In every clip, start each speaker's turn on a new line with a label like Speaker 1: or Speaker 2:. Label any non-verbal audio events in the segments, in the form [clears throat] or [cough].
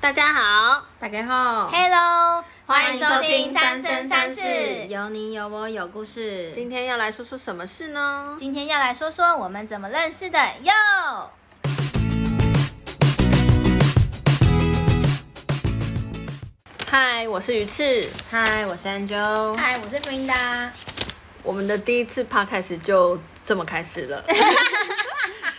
Speaker 1: 大家好，
Speaker 2: 大家好，
Speaker 3: Hello，
Speaker 2: 欢
Speaker 3: 欢
Speaker 2: 迎
Speaker 3: 迎
Speaker 2: 收
Speaker 3: 收
Speaker 2: 听
Speaker 3: 听
Speaker 2: 《
Speaker 3: 《
Speaker 2: 三
Speaker 3: 三
Speaker 2: 生三
Speaker 3: 生三
Speaker 2: 世
Speaker 3: 世》，》
Speaker 2: 有你有我有故事。
Speaker 1: 今天要来说说什么事呢？
Speaker 3: 今天要来说说我们怎么认识的哟。
Speaker 1: 嗨，我是鱼翅。
Speaker 2: 嗨，我是 Angel。
Speaker 3: 嗨，我是 Brenda，
Speaker 1: 我们的第一次 podcast 就这么开始了。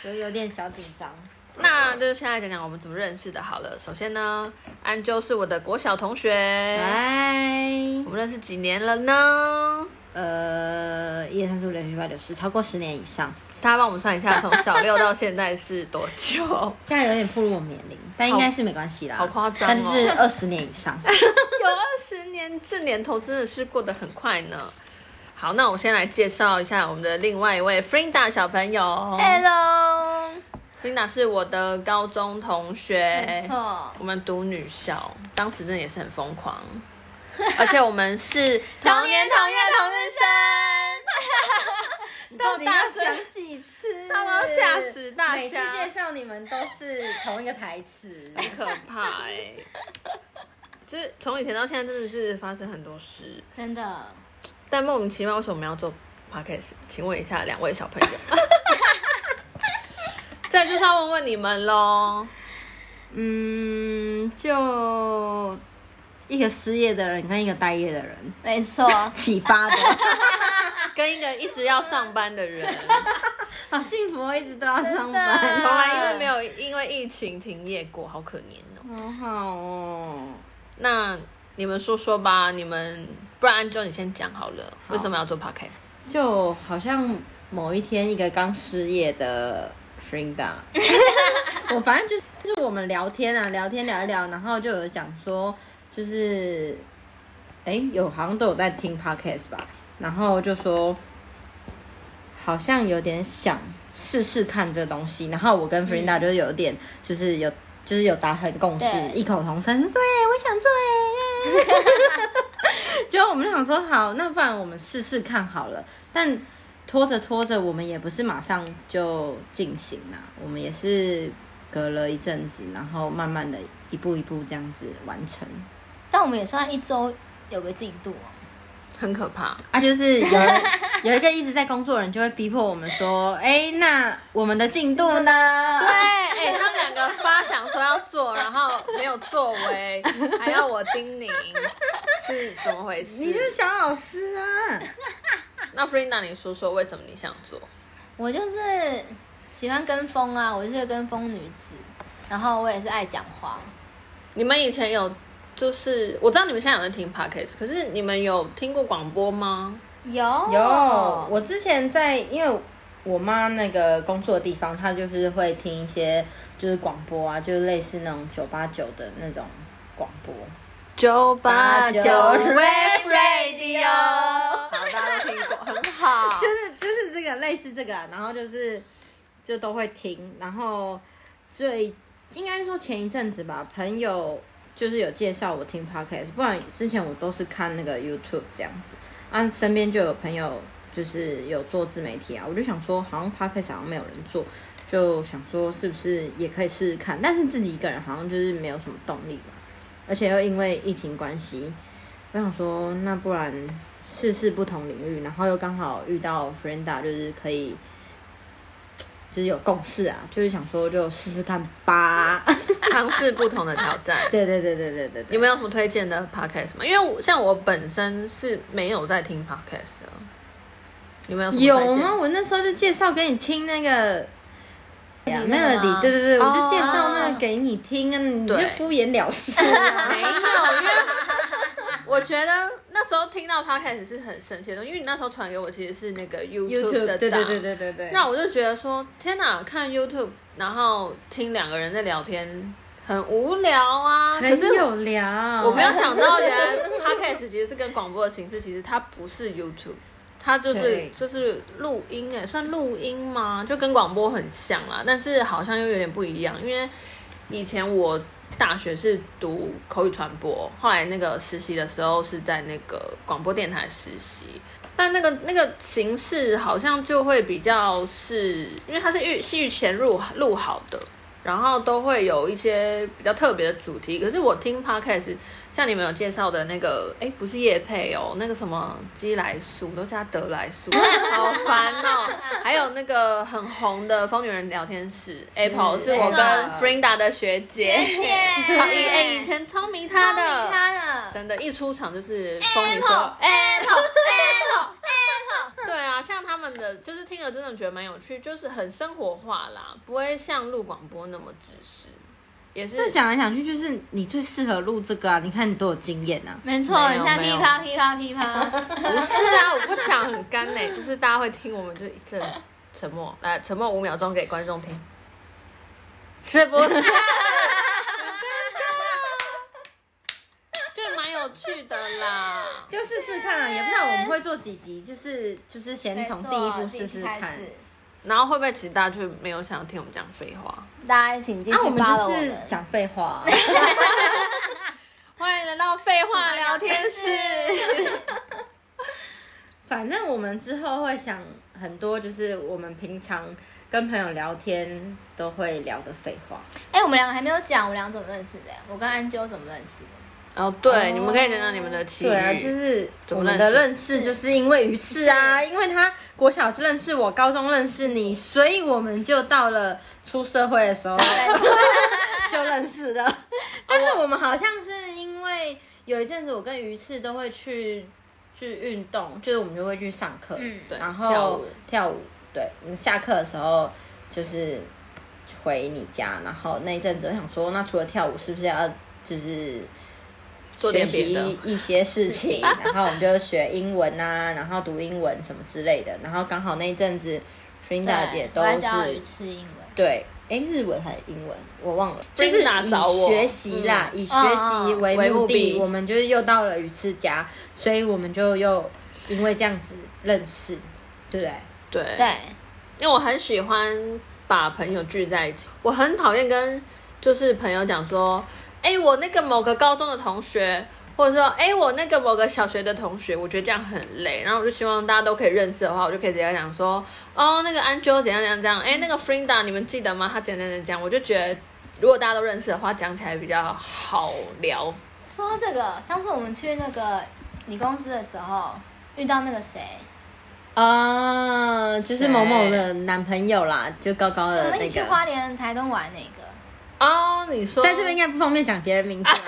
Speaker 2: 有有点小紧张。
Speaker 1: 那就是先来讲讲我们怎么认识的好了。首先呢，安啾是我的国小同学，
Speaker 2: 哎嗨，
Speaker 1: 我们认识几年了呢？
Speaker 2: 呃，一二三四五六七八九十，超过十年以上，
Speaker 1: 大家帮我们算一下，从小六到现在是多久？
Speaker 2: 这样有点暴露我们年龄，但应该是没关系啦。
Speaker 1: 好夸张哦
Speaker 2: 但就是二十年以上。
Speaker 1: 有二十年，这年头真的是过得很快呢。好，那我先来介绍一下我们的另外一位 Frinda 小朋友。
Speaker 3: Hello，
Speaker 1: Frinda 是我的高中同学，
Speaker 3: 没错，
Speaker 1: 我们读女校，当时真的也是很疯
Speaker 3: [laughs]
Speaker 1: 狂，而且我们是
Speaker 3: 同年同月同日
Speaker 2: [laughs]
Speaker 3: 生，
Speaker 2: 你到底要讲几次？
Speaker 1: 到底要吓死大家
Speaker 2: 每次介绍你们都是同一个台词。
Speaker 1: 很可怕哎、
Speaker 3: [laughs]
Speaker 1: 就是从以前到现在，真的是发生很多事，
Speaker 3: 真的，
Speaker 1: 但莫名其妙为什么我们要做 podcast？请问一下两位小朋
Speaker 3: [laughs]
Speaker 1: 友，再就是要问问你们喽。
Speaker 2: 嗯，就一个失业的人跟一个待业的人
Speaker 3: 没错，
Speaker 2: 启发的，
Speaker 1: 跟一个一直要上班的
Speaker 3: [laughs]
Speaker 1: 人，
Speaker 2: [laughs] 好幸福哦，一直都要上
Speaker 3: 真
Speaker 1: 从
Speaker 3: 的
Speaker 2: 班，
Speaker 1: 来因为没有因为疫情停业过，好可怜哦。
Speaker 2: 好好哦。
Speaker 1: 那你们说说吧，你们不然就你先讲好了，为什么要做 podcast？
Speaker 2: 就好像某一天，一个刚失业的 Frida，我反正就是就是我们聊天啊，聊天聊一聊，然后就有讲说，就是哎、诶有好像都有在听 podcast 吧，然后就说好像有点想试试看这东西，然后我跟 Frida 就有点、就是有就是有达成共识，
Speaker 3: 对
Speaker 2: 异口同声说对我想做哎。结果我们就想说，好，那不然我们试试看好了。但拖着拖着，我们也不是马上就进行啦，我们也是隔了一阵子，然后慢慢的一步一步这样子完成。
Speaker 3: 但我们也算一周有个进度哦。
Speaker 1: 很可怕，
Speaker 2: 啊，就是有有一个一直在工作的人就会逼迫我们说，哎、那我们的进度呢？
Speaker 1: 对，哎、他们两个发想说要做，然后没有作
Speaker 2: [laughs]
Speaker 1: 为，还要我叮咛，是怎么回事？
Speaker 2: 你就是小老师啊，
Speaker 1: 那 Frida，你说说为什么你想做？
Speaker 3: 我就是喜欢跟风啊，我就是个跟风女子，然后我也是爱讲话，
Speaker 1: 你们以前有就是我知道你们现在有在听 podcast，可是你们有听过广播吗？
Speaker 3: 有
Speaker 2: 有，我之前在，因为我妈那个工作的地方，她就是会听一些就是广播啊，就是类似那种九八九的那种广播。
Speaker 1: 九
Speaker 2: 八九
Speaker 1: Wave
Speaker 2: Radio
Speaker 1: 好，大家都听过，很好。
Speaker 2: [laughs] 就是就是这个类似这个啊，然后就是就都会听，然后最应该说前一阵子吧，朋友就是有介绍我听 podcast，不然之前我都是看那个 YouTube 这样子，啊，身边就有朋友就是有做自媒体啊，我就想说好像 podcast 好像没有人做，就想说是不是也可以试试看，但是自己一个人好像就是没有什么动力吧，而且又因为疫情关系，我想说，那不然试试不同领域，然后又刚好遇到 Frenda，就是可以，就是有共识啊，就是想说就试试看吧。 [laughs]
Speaker 1: 尝试不同的挑战。
Speaker 2: 对对对对对对
Speaker 1: 你
Speaker 2: 对。
Speaker 1: 们有什么推荐的 podcast 吗？因为我像我本身是没有在听 podcast 的，你们有什么推
Speaker 2: 有
Speaker 1: 荐
Speaker 2: 吗？？我那时候就介绍给你听那个。
Speaker 3: 那个吗
Speaker 2: Melody，对对对，我就介绍那
Speaker 1: 哦
Speaker 2: 个给你听啊，你就
Speaker 1: 对
Speaker 2: 敷衍了 [laughs] 事啊。
Speaker 1: 没有，因为 [laughs] 我觉得那时候听到 podcast 是很神奇的东西，因为你那时候传给我其实是那个 YouTube 的
Speaker 2: 对对
Speaker 1: 档
Speaker 2: 对对对对，
Speaker 1: 那我就觉得说，天哪，看 YouTube，然后听两个人在聊天，很无聊啊。可是
Speaker 2: 很
Speaker 1: 我
Speaker 2: 有聊，
Speaker 1: 我没有想到，原来 Podcast 其实是跟广播的形式，其实它不是 YouTube，它就是
Speaker 2: 对
Speaker 1: 就是录音，哎，算录音吗？就跟广播很像啦，但是好像又有点不一样，因为以前我。大学是读口语传播，后来那个实习的时候是在那个广播电台实习，但那个那个形式好像就会比较是，因为它是预是预前录录好的，然后都会有一些比较特别的主题。可是我听 podcast，像你们有介绍的那个，哎，不是叶配哦，那个什么鸡来素都加德来素，好烦哦。还有那个很红的疯女人聊天室，Apple 是我跟
Speaker 3: 没错
Speaker 1: Frida 的学姐，
Speaker 3: 学姐
Speaker 1: 你知道以哎以前超迷她的，
Speaker 3: 他的
Speaker 1: 真的，一出场就是疯女
Speaker 3: Apple
Speaker 1: 说
Speaker 3: Apple Apple Apple，
Speaker 1: 对啊，像他们的就是听了真的觉得蛮有趣，就是很生活化啦，不会像录广播那么知识，也是
Speaker 2: 那讲来讲去就是你最适合录这个啊，你看你多有经验啊。
Speaker 3: 没错，
Speaker 1: 没有
Speaker 3: 你看
Speaker 1: 没
Speaker 3: 噼
Speaker 1: 有
Speaker 3: 啪噼啪噼啪， [laughs]
Speaker 1: 不是啊，我不讲很干呢、就是大家会听，我们就一阵沉默，来沉默五秒钟给观众听，是不
Speaker 2: [laughs]
Speaker 1: 是？就蛮有趣的啦，
Speaker 2: 就试试看啊，也不知道我们会做几集，就是就是先从
Speaker 3: 没错啊
Speaker 2: 第一步试试看。啊
Speaker 3: 开始
Speaker 1: 然后会不会其实大家就没有想要听我们讲废话？
Speaker 3: 大家请继续
Speaker 2: 啊，
Speaker 3: follow
Speaker 2: 我
Speaker 3: 我
Speaker 2: 们
Speaker 3: 们
Speaker 2: 就是讲废
Speaker 3: [laughs]
Speaker 2: 话。欢迎来到废话聊天室。反正我们之后会想很多，就是我们平常跟朋友聊天都会聊的废话。
Speaker 3: [laughs] 哎、我们两个还没有讲，我们俩怎么认识的呀？我跟安啾怎么认识的？
Speaker 1: 哦，对，
Speaker 3: 哦
Speaker 1: 你们可以讲讲你们的奇遇，
Speaker 2: 对啊，就是
Speaker 1: 怎
Speaker 2: 我
Speaker 1: 么
Speaker 2: 们的认识就是因为鱼翅啊，因为他国小是认识我，高中认识你，所以我们就到了出社会的时 [laughs] 候就认识了。但是我们好像是因为有一阵子我跟鱼翅都会去去运动，就是我们就会去上课，
Speaker 3: 嗯
Speaker 1: 对
Speaker 2: 然后
Speaker 1: 跳舞
Speaker 2: 跳舞，对，我们下课的时候就是回你家，然后那一阵子我想说，那除了跳舞，是不是要就是
Speaker 1: 做
Speaker 2: 学
Speaker 1: 点别的
Speaker 2: 习。一些事情，
Speaker 3: 事
Speaker 2: 然后我们就学英文啊，然后读英文什么之类的，然后刚好那一阵子 Frida 也都
Speaker 3: 我还教鱼
Speaker 2: 是
Speaker 3: 吃英文。
Speaker 2: 对，哎，日文还是英文，我忘了，
Speaker 1: Frida
Speaker 2: 就是
Speaker 1: 找
Speaker 2: 以
Speaker 1: 我
Speaker 2: 学习啦，以学习
Speaker 3: 嗯
Speaker 2: 为
Speaker 1: 为
Speaker 2: 目
Speaker 1: 目
Speaker 2: 的，
Speaker 1: 的
Speaker 2: 我们就是又到了鱼翅家，所以我们就又因为这样子认识，对不对？
Speaker 1: 对对
Speaker 3: 对，
Speaker 1: 因为我很喜欢把朋友聚在一起，我很讨厌跟就是朋友讲说，哎、我那个某个高中的同学，或者说，哎、我那个某个小学的同学，我觉得这样很累。然后我就希望大家都可以认识的话，我就可以直接讲说，哦，那个安啾怎样怎样怎样，哎、那个 Frida 你们记得吗？他怎样怎样怎样，我就觉得。如果大家都认识的话，讲起来比较好聊。
Speaker 3: 说到这个，上次我们去那个你公司的时候，遇到那个谁，
Speaker 2: 啊，就是
Speaker 1: 谁
Speaker 2: 某某的男朋友啦，就高高
Speaker 3: 我
Speaker 2: 的
Speaker 3: 们一
Speaker 2: 呃那
Speaker 3: 起去
Speaker 2: 个，
Speaker 3: 花莲、台东玩那个，
Speaker 1: 哦，你说
Speaker 2: 在这边应该不方便讲别人名字 [laughs] 啦，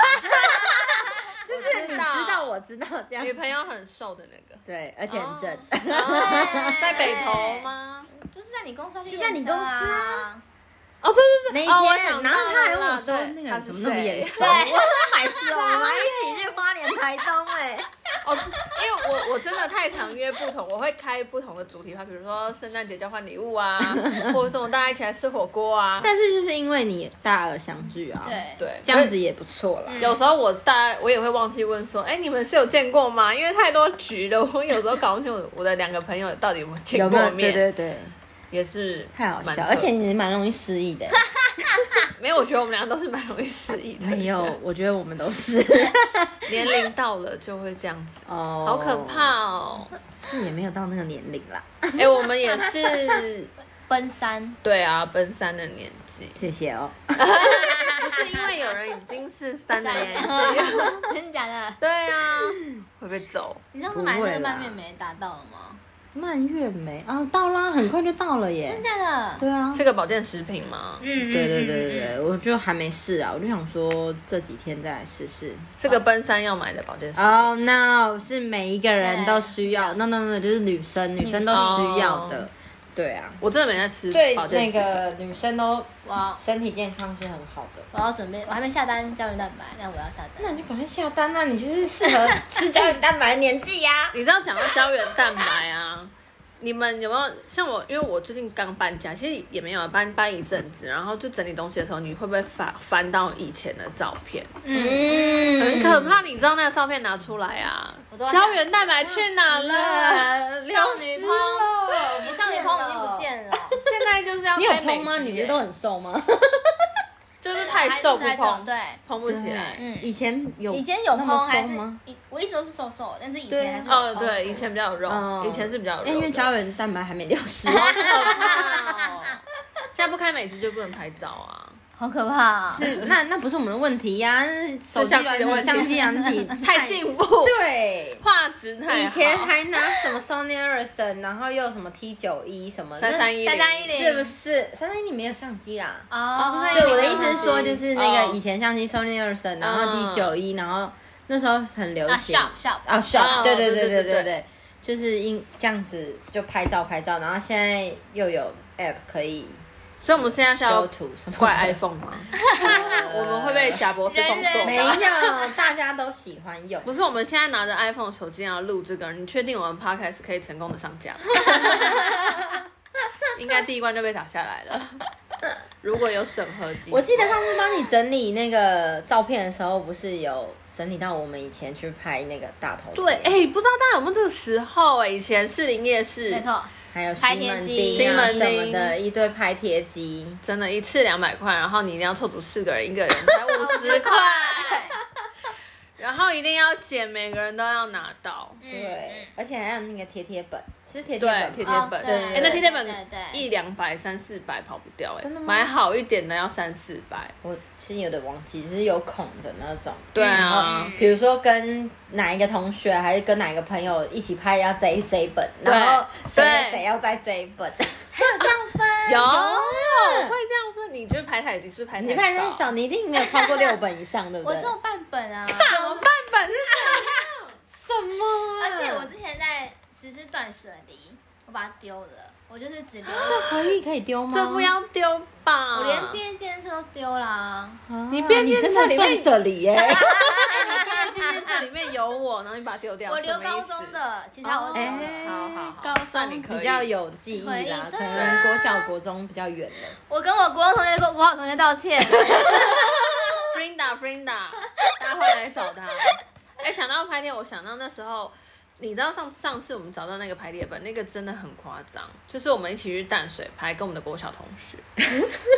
Speaker 2: 就是你
Speaker 1: 知
Speaker 2: 知
Speaker 1: 道
Speaker 2: 道我知道这样
Speaker 1: 女，朋友很瘦的那个，
Speaker 2: 对，而且很正。
Speaker 1: 哦 [laughs] 在北投
Speaker 3: 对
Speaker 1: 吗？
Speaker 3: 就是在你公司、啊，
Speaker 2: 就在你公司啊
Speaker 3: 啊。
Speaker 1: 哦，对对对，
Speaker 2: [laughs] 那一
Speaker 1: 哦我
Speaker 2: 天，
Speaker 1: 想
Speaker 2: 然后
Speaker 1: 到
Speaker 2: 他还
Speaker 1: 了
Speaker 2: 问我
Speaker 1: 啦
Speaker 2: 说
Speaker 1: 对：“
Speaker 2: 那个
Speaker 1: 他
Speaker 2: 人
Speaker 1: 是
Speaker 2: 怎么那么
Speaker 1: 谁
Speaker 2: [laughs] 眼熟？”
Speaker 3: 对
Speaker 2: 我说：“白痴哦，我们还一起去花莲台东哎、
Speaker 1: 哦，因为我我真的太常约不同，我会开不同的主题趴，比如说圣诞节交换礼物
Speaker 2: [laughs]
Speaker 1: 啊，或者是我们大家一起来吃火锅啊。
Speaker 2: [laughs] 但是就是因为你大二相聚啊，
Speaker 3: 对
Speaker 1: 对，
Speaker 2: 这样子也不错啦。
Speaker 1: 可是。有时候我大我也会忘记问说，哎、你们是有见过吗？因为太多局了，我有时候搞不清楚我的两个朋友到底有没有见
Speaker 2: 有没
Speaker 1: 过
Speaker 2: 有？
Speaker 1: 面，
Speaker 2: 对对对，
Speaker 1: 也是
Speaker 2: 太好
Speaker 1: 蛮
Speaker 2: 笑，
Speaker 1: 特
Speaker 2: 而且你蛮容易失忆的、
Speaker 1: 没有，我觉得我们俩都是蛮容易失忆的。
Speaker 2: [laughs] 没有，我觉得我们都 [laughs] 是。
Speaker 1: 年龄到了就会这样子，
Speaker 2: 哦，
Speaker 1: 好可怕！哦。
Speaker 2: 是也没有到那个年龄啦。
Speaker 1: 哎、我们也是，
Speaker 3: 奔山，
Speaker 1: 对啊，奔三的年纪，
Speaker 2: 谢谢哦。
Speaker 1: [laughs] 不是因为有人已经是三的年
Speaker 2: [laughs]
Speaker 1: 纪。
Speaker 3: 真的假的？
Speaker 1: 对啊，会被揍。
Speaker 3: 你上次买那
Speaker 2: 不
Speaker 3: 个
Speaker 2: 会啦
Speaker 3: 蔓越莓达到了吗？
Speaker 2: 蔓越莓啊，到啦，很快就到了耶
Speaker 3: 真。的假的？
Speaker 2: 对啊，
Speaker 1: 是个保健食品吗？
Speaker 3: 嗯，
Speaker 2: 对对对对
Speaker 3: 嗯，嗯
Speaker 2: 对，我就还没试啊，我就想说这几天再来试试。
Speaker 1: 是个奔三要买的保健食品。
Speaker 2: 哦、no，是每一个人都需要
Speaker 3: 对
Speaker 2: ，no no no，就是女生，女生都需要的，对啊，
Speaker 1: 我真的没在吃
Speaker 2: 对
Speaker 1: 保健
Speaker 2: 那
Speaker 1: 食品。
Speaker 2: 个女生都
Speaker 3: 我要
Speaker 2: 身体健康是很好的。
Speaker 3: 我要准备，我还没下单胶原蛋白，但我要下单。
Speaker 2: 那你就赶快下单啦、你就是适合吃胶原蛋白的年纪啊呀、
Speaker 1: 你知道讲到胶原蛋白啊， [laughs] 你们有没有像我？因为我最近刚搬家，其实也没有搬搬一阵子，然后就整理东西的时候，你会不会翻翻到以前的照片？
Speaker 3: 嗯，
Speaker 1: [laughs]
Speaker 2: 嗯，
Speaker 1: 很可怕，你知道那个照片拿出来啊
Speaker 3: 我都，要吓
Speaker 1: 胶原蛋白去哪了？
Speaker 2: [laughs] 少女
Speaker 3: 失
Speaker 2: 了，
Speaker 3: 你少女朋友已经不见了，
Speaker 1: [laughs] 现在就是要
Speaker 2: [laughs] 你有
Speaker 1: 拍美
Speaker 2: 碰吗？
Speaker 1: 肌
Speaker 2: 你不
Speaker 1: 耶
Speaker 2: 是都很瘦吗？ [laughs]
Speaker 1: 就是太
Speaker 2: 哎
Speaker 1: 瘦不
Speaker 3: 还是太瘦
Speaker 1: 蓬，
Speaker 3: 对。
Speaker 1: 蓬不起来。
Speaker 3: 嗯
Speaker 2: 以前有
Speaker 3: 以前有
Speaker 2: 那么
Speaker 3: 碰还
Speaker 2: 瘦
Speaker 3: 是
Speaker 2: 吗？
Speaker 3: 以我一直都是瘦瘦，但是以
Speaker 2: 对
Speaker 3: 前
Speaker 2: 啊
Speaker 3: 还是有
Speaker 1: 哦，
Speaker 3: 碰
Speaker 1: 对，以前比较有肉，以前是比较有肉的，
Speaker 2: 嗯哎因为
Speaker 1: [laughs]
Speaker 2: 胶原 [laughs] 蛋白还没流失。 [laughs]
Speaker 1: 好可怕哦！现在不开美肌就不能拍照啊，
Speaker 3: 好可怕、哦。
Speaker 2: 是那那不是我们的问
Speaker 1: [laughs]
Speaker 2: 题呀、手机
Speaker 1: 相机的
Speaker 2: 软
Speaker 1: 问
Speaker 2: 体、
Speaker 1: 题
Speaker 2: 相机软体
Speaker 1: [laughs] 太进步，
Speaker 2: 对。
Speaker 1: 画质太好
Speaker 2: 以前还拿什么 Sony Ericsson，然后又什么 T 九一什么
Speaker 1: 三三
Speaker 2: 一，
Speaker 1: 一
Speaker 3: 三三一
Speaker 1: 零
Speaker 3: 零
Speaker 2: 是不是？三三一没有相机啦。
Speaker 3: 哦，
Speaker 1: 哦
Speaker 2: 对，我的
Speaker 1: 那
Speaker 2: 意
Speaker 1: 个
Speaker 2: 思是说，
Speaker 1: 东西
Speaker 2: 就是那
Speaker 1: 哦
Speaker 2: 个以前相机 Sony Ericsson，然后
Speaker 1: 嗯
Speaker 2: D 九一，然后那时候很流
Speaker 3: 啊
Speaker 2: 行
Speaker 3: ，shop shop
Speaker 2: 啊
Speaker 1: 哦
Speaker 2: shot，对对
Speaker 1: 对对
Speaker 2: 对
Speaker 1: 对
Speaker 2: 对对对，就是因这样子就拍照拍照，然后现在又有 app 可以
Speaker 1: 所以我们现在是要
Speaker 2: 修图什么的
Speaker 1: 怪 iPhone
Speaker 2: [laughs]
Speaker 1: 吗？我们会被贾博士封锁
Speaker 3: 人人
Speaker 2: 没
Speaker 1: 吧？
Speaker 2: 有，大家都喜欢
Speaker 1: [laughs]
Speaker 2: 用。
Speaker 1: 不是，我们现在拿着 iPhone 手机要录这个，你确定我们 Podcast 可以成功的上架？应该第一关就被打下来了。如果有审核机制，
Speaker 2: 我记得上次帮你整理那个照片的时候，不是有整理到我们以前去拍那个大头贴
Speaker 1: 对，哎、不知道大家有没有这个时候哎、以前士林夜市，
Speaker 3: 没，错，
Speaker 2: 还有西
Speaker 3: 拍贴
Speaker 2: 门
Speaker 3: 机
Speaker 2: 町啊
Speaker 1: 西门
Speaker 2: 什么
Speaker 1: 町
Speaker 2: 的一堆拍贴机，
Speaker 1: 真的，一次两百块，然后你一定要凑足四个人，一个人才五十块，然后一定要剪，每个人都要拿到。
Speaker 2: [laughs]
Speaker 3: 嗯
Speaker 2: 对，而且还有那个贴贴本，是贴贴
Speaker 1: 对
Speaker 2: 本吗，
Speaker 1: 贴贴
Speaker 3: 哦
Speaker 1: 本，
Speaker 3: 对
Speaker 1: 哎、那贴贴本
Speaker 3: 对对对
Speaker 1: 一两百、三四百跑不掉、哎，
Speaker 2: 真的吗
Speaker 1: 买好一点的要三四百，
Speaker 2: 我其实有点忘记，就是有孔的那种。
Speaker 1: 对
Speaker 2: 然
Speaker 1: 啊，
Speaker 2: 后比如说跟哪一个同学，还是跟哪一个朋友一起拍要这一这一本，
Speaker 1: 对
Speaker 2: 然后谁
Speaker 1: 对
Speaker 2: 谁要在这一本，
Speaker 3: 还有这样分，
Speaker 1: 有会这样分？你觉得排太，你是不是排太
Speaker 2: 你拍那少，你一定没有超过六本
Speaker 1: [laughs]
Speaker 2: 以上，对不
Speaker 3: 我
Speaker 2: 对？
Speaker 3: 这种半本啊，
Speaker 1: 怎么办？本是
Speaker 2: 什么啊、
Speaker 3: 而
Speaker 1: 嗯
Speaker 3: 且我之前在实施断舍离，我把它丢了，我就是只留，
Speaker 1: [gasps]
Speaker 2: 回忆可以丢吗？
Speaker 1: 这不要丢吧？
Speaker 3: 我连毕业纪念册都丢啦。
Speaker 2: 啊，
Speaker 1: 你变
Speaker 2: 你
Speaker 1: 成
Speaker 2: 真
Speaker 1: 这里
Speaker 2: 的
Speaker 1: 面
Speaker 2: 断舍离
Speaker 1: [laughs]
Speaker 2: 耶、
Speaker 1: 哎你看今天这里面有我，然后你把它丢掉，
Speaker 3: 我留
Speaker 1: 什么
Speaker 3: 高
Speaker 1: 意思哦
Speaker 3: 中，的，其他我都丢了。
Speaker 2: 哎
Speaker 1: 好好好，
Speaker 2: 高
Speaker 1: 算你
Speaker 2: 中
Speaker 1: 可以
Speaker 2: 比较有记忆
Speaker 3: 可以
Speaker 2: 啦，
Speaker 3: 对
Speaker 2: 可
Speaker 3: 啊
Speaker 2: 能国小、国中比较远
Speaker 1: [laughs]
Speaker 2: 了。
Speaker 3: 我跟我国中同学、国国好同学道歉，
Speaker 1: Frinda Frinda，大 [laughs] 家会来找他。哎、想到排列，我想到那时候，你知道上上次我们找到那个排列本，那个真的很夸张，就是我们一起去淡水拍，跟我们的国小同 [laughs] 学。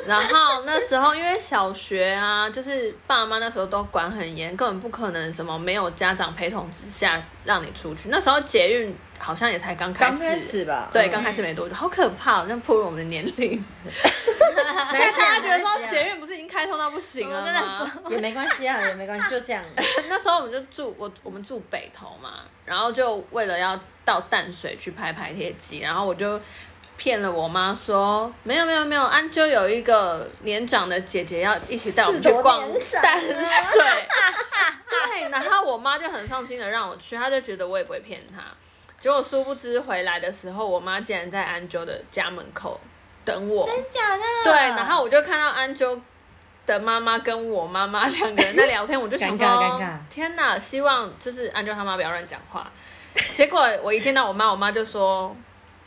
Speaker 1: 然后那时候因为小学啊，就是爸妈那时候都管很严，根本不可能什么没有家长陪同之下让你出去。那时候捷运好像也才刚开始，
Speaker 2: 吧
Speaker 1: 对，
Speaker 2: 嗯
Speaker 1: 刚开始没多久，好可怕、哦，那暴露我们的年龄。
Speaker 2: 没
Speaker 1: [laughs] 现在
Speaker 2: 关系啊
Speaker 1: 大家觉得 [laughs]
Speaker 2: 没
Speaker 1: 说
Speaker 2: 关系啊
Speaker 1: 捷运不是已经开通到不行
Speaker 3: 我
Speaker 1: 了
Speaker 3: 真
Speaker 1: 吗？
Speaker 3: 的不
Speaker 2: 也没关系啊，也没关系，就这样。
Speaker 1: 那时候我们就住我我们住北投嘛，然后就为了要到淡水去拍拍贴机，然后我就骗了我妈说没有没有没有，安啾有一个年长的姐姐要一起带我们去逛
Speaker 2: 是多年长啊
Speaker 1: 淡
Speaker 2: [laughs]
Speaker 1: 水，对，然后我妈就很放心的让我去，她就觉得我也不会骗她。结果殊不知回来的时候，我妈竟然在安啾的家门口等我，
Speaker 3: 真假的？
Speaker 1: 对，然后我就看到安啾的妈妈跟我妈妈两个人在聊天，我就想说，
Speaker 2: 尴尬尴尬
Speaker 1: 天哪！希望就是安啾他妈不要乱讲话。结果我一见到我妈，我妈就说：“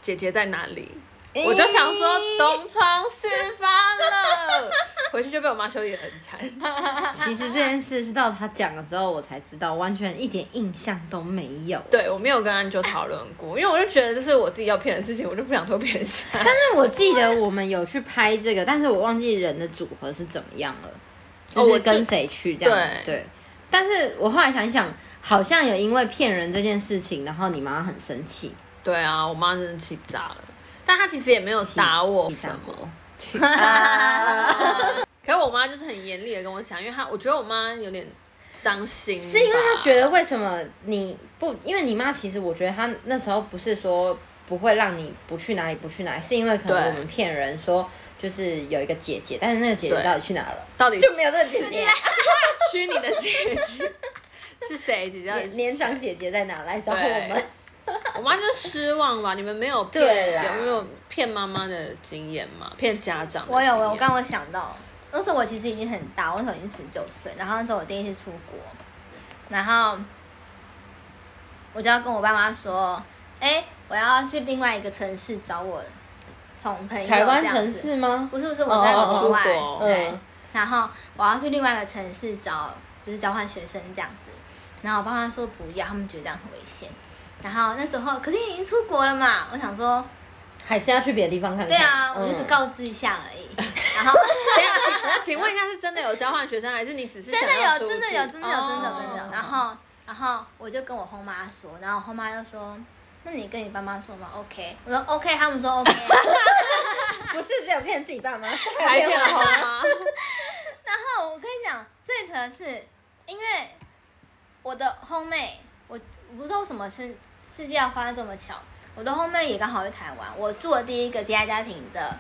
Speaker 1: 姐姐在哪里？” [laughs] 我就想说东窗事发了，回去就被我妈修理的很
Speaker 2: [laughs]
Speaker 1: 惨。
Speaker 2: 其实这件事是到他讲了之后，我才知道，完全一点印象都没有。，
Speaker 1: 对我没有跟安啾讨论过，因为我就觉得这是我自己要骗的事情，我就不想拖别人下。
Speaker 2: [laughs] 但是我记得我们有去拍这个，但是我忘记人的组合是怎么样了，
Speaker 1: 哦
Speaker 2: 就
Speaker 1: 我
Speaker 2: 是
Speaker 1: 记
Speaker 2: 跟谁去这样。
Speaker 1: 对
Speaker 2: 对，但是我后来想一想，好像有因为骗人这件事情，然后你妈很生
Speaker 1: [laughs]
Speaker 2: 气，
Speaker 1: 对啊，我妈真的气炸了，但她其实也没有打我什么。
Speaker 2: 气炸锅？
Speaker 1: [laughs] 可是我妈就是很严厉的跟我讲，因为她我觉得我妈有点伤心吧，
Speaker 2: 是因为他觉得为什么你不？因为你妈其实我觉得她那时候不是说不会让你不去哪里不去哪里，是因为可能
Speaker 1: 对
Speaker 2: 我们骗人说就是有一个姐姐，但是那个姐姐
Speaker 1: 对
Speaker 2: 到底去哪了？
Speaker 1: 到底
Speaker 2: 就没有那个姐姐，
Speaker 1: 虚拟的姐姐是谁？姐姐到底是
Speaker 2: 年 [laughs] 年长姐姐在哪来找我
Speaker 1: 对
Speaker 2: 们？
Speaker 1: 我妈就失望吧。你们没有
Speaker 2: 对啊
Speaker 1: 骗，
Speaker 2: 啦
Speaker 1: 有没有骗妈妈的经验吗？骗家长的
Speaker 3: 我有
Speaker 1: 经
Speaker 3: 我有，
Speaker 1: 验
Speaker 3: 我刚我想到，那时候我其实已经很大，我那时候已经十九岁，然后那时候我第一次出国，然后我就要跟我爸妈说，哎、我要去另外一个城市找我同朋友，
Speaker 2: 台湾
Speaker 3: 这样
Speaker 2: 城
Speaker 3: 子
Speaker 2: 市吗？
Speaker 3: 不是不是，我在
Speaker 2: 哦哦哦
Speaker 3: 国外，
Speaker 1: 出国
Speaker 3: 对
Speaker 2: 嗯，
Speaker 3: 然后我要去另外一个城市找，就是交换学生这样子。然后我爸妈说不要，他们觉得这样很危险。然后那时候，可是已经出国了嘛，我想说，
Speaker 2: 还是要去别的地方看看？
Speaker 3: 对啊，我
Speaker 2: 嗯
Speaker 3: 就只告知一下而已。然
Speaker 2: [laughs]
Speaker 3: 后啊
Speaker 1: 等一下请那 [laughs] 请问一下，是真的有交换学生，还是你只是
Speaker 3: 真的
Speaker 1: 想要
Speaker 3: 有，真的有，
Speaker 1: 出去
Speaker 3: 真的有，真的
Speaker 1: 哦
Speaker 3: 真的。然后，然后我就跟我后妈说，然后我后妈就说。那你跟你爸妈说吗？OK，我说 OK，他们说 OK，
Speaker 2: 不是只有骗自己爸妈，是
Speaker 1: 还
Speaker 2: 还
Speaker 1: 骗
Speaker 2: [laughs] 骗
Speaker 1: 了
Speaker 2: 我
Speaker 1: 后妈，
Speaker 3: 的是，因为我的后妹，我我不知道为什么事世界要发生这么巧，我的后妹也刚好去台湾，我住的第一个家家庭的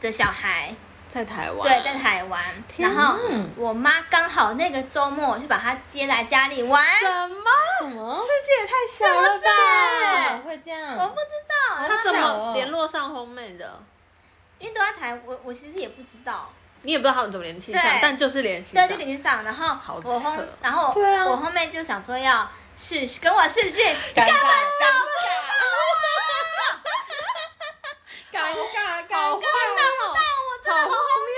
Speaker 3: 的小孩，
Speaker 1: 在台湾，
Speaker 3: 对，在台湾，然后我妈刚好那个周末就把她接来家里玩，
Speaker 1: 什么？
Speaker 2: 什么？
Speaker 1: 世界也太小了
Speaker 3: 是
Speaker 2: 怎
Speaker 1: 吧！
Speaker 2: 么会这样？
Speaker 3: 我不知道，
Speaker 1: 他怎
Speaker 3: 她
Speaker 1: 么联络上红妹的？
Speaker 3: 因为都在台，我我其实也不知道，
Speaker 1: 你也不知道他们怎么联系上
Speaker 3: 对，
Speaker 1: 但就是联系
Speaker 3: 对，
Speaker 1: 上。
Speaker 3: 就联系上，然后
Speaker 1: 好
Speaker 3: 我后
Speaker 1: 扯，
Speaker 3: 然后
Speaker 2: 对啊
Speaker 3: 我后面就想说要试跟我试训，
Speaker 2: 尴尬
Speaker 3: 干嘛找
Speaker 2: 尴尬，尴
Speaker 1: 哦
Speaker 3: 不到？根本找不到，我真的好荒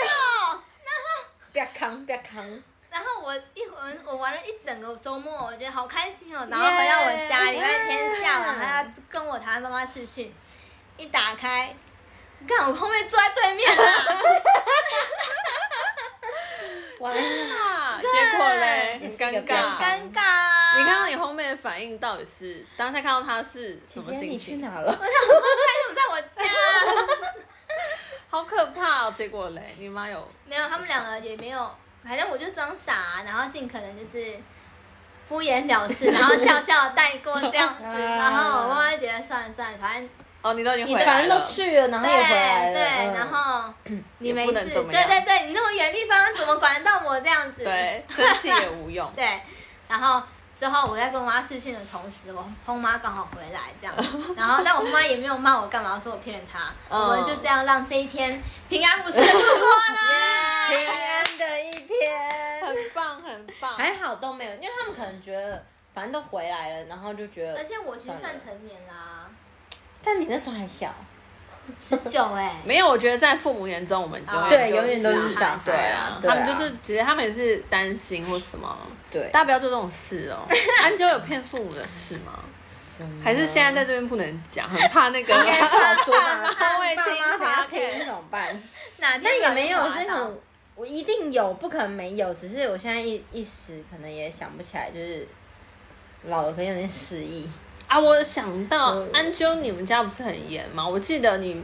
Speaker 3: 谬。
Speaker 2: 不要扛，不要扛。
Speaker 3: 然后我一玩，我玩了一整个周末，我觉得好开心哦。然后回到我家，礼拜天下午还要跟我台湾妈妈视讯，一打开，看我后面坐在对面啊了，
Speaker 2: 完了，
Speaker 1: 啊结果嘞，
Speaker 2: 也
Speaker 1: 很
Speaker 2: 是一
Speaker 1: 尴
Speaker 2: 个变
Speaker 1: 尬。
Speaker 2: 化
Speaker 3: 尴尬 [laughs] 啊。
Speaker 1: 你看到你后面的反应到底是当下看到他是什
Speaker 2: 姐
Speaker 1: 么
Speaker 2: 姐
Speaker 1: 心
Speaker 2: 你去
Speaker 1: 情？
Speaker 2: 哪了？
Speaker 3: 我在我家，
Speaker 1: 好可怕哦！结果嘞，你妈有
Speaker 3: 没有，他们两个也没有，反正我就装傻、啊然后尽可能就是敷衍了事，然后笑笑带过这样 [laughs] 子。
Speaker 2: 啊
Speaker 3: 然后我妈妈就觉得算了算了，反正
Speaker 1: 哦，你都已经回来了，
Speaker 2: 反正都去了，然后
Speaker 3: 对
Speaker 2: 也回来了。
Speaker 3: 对，
Speaker 2: 嗯 [clears throat]
Speaker 3: 然后你
Speaker 1: 也
Speaker 3: 没
Speaker 1: 不
Speaker 3: 事，
Speaker 1: 能
Speaker 3: 对
Speaker 1: 怎么样
Speaker 3: 对对，你那么远地方怎么管得到我这样子？。
Speaker 1: 对，生气也无用
Speaker 2: [laughs]
Speaker 3: [laughs] 对，然后之后我在跟我妈视讯的同时，我后妈刚好回来
Speaker 2: [laughs]
Speaker 3: 这样，然后但我后妈也没有骂我干嘛，说我骗了她，
Speaker 2: 哦
Speaker 1: 嗯
Speaker 3: 我们就这样让这一天平安无事的度
Speaker 2: [laughs]
Speaker 3: 过了。
Speaker 2: 平安的一天，
Speaker 1: 很棒，很棒。
Speaker 2: 还好都没有，因为他们可能觉得反正都回来了，然后就觉
Speaker 3: 而
Speaker 2: 得。
Speaker 3: 且我其实
Speaker 2: 算
Speaker 3: 算
Speaker 2: 了
Speaker 3: 成年
Speaker 2: [laughs]
Speaker 3: 啦，
Speaker 2: 但你那时候还小，
Speaker 3: 十九哎，
Speaker 1: 没有，我觉得在父母眼中，我们永远
Speaker 2: 啊
Speaker 3: 哦
Speaker 2: 对，
Speaker 1: 就
Speaker 2: 永远都是
Speaker 3: 是小
Speaker 2: 小
Speaker 3: 孩
Speaker 2: 孩
Speaker 1: 对啊，
Speaker 2: 对
Speaker 1: 他
Speaker 2: 啊
Speaker 1: 们就是其实他们也是担心或什么，
Speaker 2: 对
Speaker 1: 大家不要做这种事
Speaker 2: [laughs]
Speaker 1: 哦。安啾有骗父母的事吗？
Speaker 2: 什么
Speaker 1: 还是
Speaker 3: [laughs]
Speaker 1: 现在在这边不能讲，很怕那个
Speaker 2: [laughs] 应该不好说吧？
Speaker 1: 安慰
Speaker 2: 爸妈等下
Speaker 1: 听
Speaker 2: 听怎么办？
Speaker 3: 哪啊天
Speaker 2: 那也没有
Speaker 3: 把
Speaker 2: 这
Speaker 3: 它拿到
Speaker 2: 种，我一定有，不可能没有。只是我现在一一时可能也想不起来，就是老了可能有点失忆。
Speaker 1: [laughs] 啊！我想到
Speaker 2: 我
Speaker 1: 安啾，你们家不是很严吗？我记得你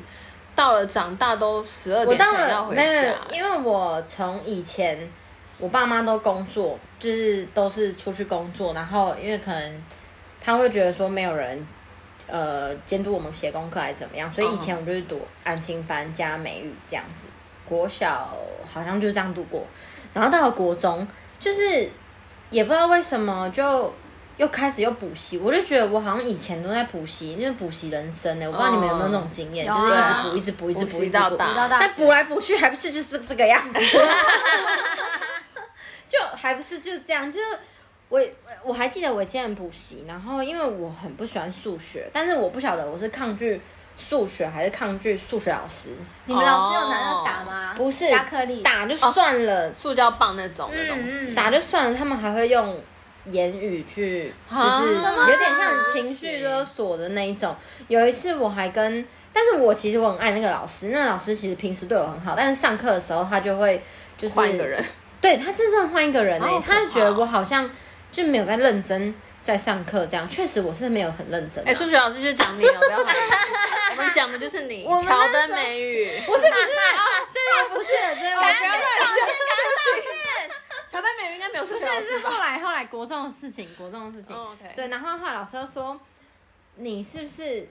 Speaker 1: 到了长大都十二
Speaker 2: 我
Speaker 1: 点
Speaker 2: 到
Speaker 1: 才
Speaker 2: 了
Speaker 1: 要回
Speaker 2: 没有，没有
Speaker 1: 家，
Speaker 2: 因为我从以前我爸妈都工作，就是都是出去工作，然后因为可能他会觉得说没有人。呃，监督我们写功课还是怎么样？
Speaker 1: 嗯
Speaker 2: 所以以呃前我就是读安亲班加美语这样子，国小好像就这样度过，然后到了国中，就是也不知道为什么就又开始又补习，我就觉得我好像以前都在补习，因为补习人生呢、欸我不知道你们有没有那种经验，
Speaker 3: 有
Speaker 2: 就
Speaker 3: 啊
Speaker 2: 是一直补一直
Speaker 1: 补
Speaker 2: 补一直补
Speaker 1: 习
Speaker 2: 一直
Speaker 1: 到
Speaker 2: 补
Speaker 1: 大
Speaker 3: 你到大
Speaker 2: 但
Speaker 3: 学
Speaker 2: 补来补去还不是就是这个样
Speaker 3: [laughs]
Speaker 2: 子， [laughs] 就还不是就这样，就是我我还记得我之前补习，然后因为我很不喜欢数学，但是我不晓得我是抗拒数学还是抗拒数学老师，
Speaker 3: 你们老师有拿那个打
Speaker 2: 哦
Speaker 3: 吗？
Speaker 2: 不是
Speaker 3: 亚克力，哦
Speaker 2: 打就算了，
Speaker 1: 塑胶棒那种的东
Speaker 3: 嗯
Speaker 1: 西
Speaker 3: 嗯，
Speaker 2: 打就算了，他们还会用言语去，
Speaker 1: 啊
Speaker 2: 就是
Speaker 1: 什么
Speaker 2: 有点像情绪勒索的那一种。有一次我还跟，但是我其实我很爱那个老师，那个老师其实平时对我很好，但是上课的时候他就会就是
Speaker 1: 换一个人，哦
Speaker 2: 对他真正换一个人呢、欸
Speaker 1: 好可怕
Speaker 2: 他就觉得我好像就没有在认真在上课这样，确实我是没有很认真、啊。
Speaker 1: 哎，数学老师就讲你哦，不要怀
Speaker 2: [laughs]
Speaker 1: 疑，我们讲的就是你，
Speaker 2: 我们那
Speaker 1: 乔
Speaker 2: 时
Speaker 1: 丹
Speaker 2: 候
Speaker 1: 美
Speaker 2: [laughs]
Speaker 1: 语。
Speaker 2: 不是不是，
Speaker 1: 哎
Speaker 2: 啊这又不是，这又不
Speaker 3: 赶紧
Speaker 2: 是。
Speaker 3: 哎道歉，赶紧道歉。
Speaker 1: 乔丹美语应该没有数学老
Speaker 2: 但
Speaker 1: 师
Speaker 2: 是
Speaker 1: 吧
Speaker 2: 后来后来国中的事情，国中的事情。
Speaker 1: 哦，OK
Speaker 2: 对，然后后来老师就说，你是不是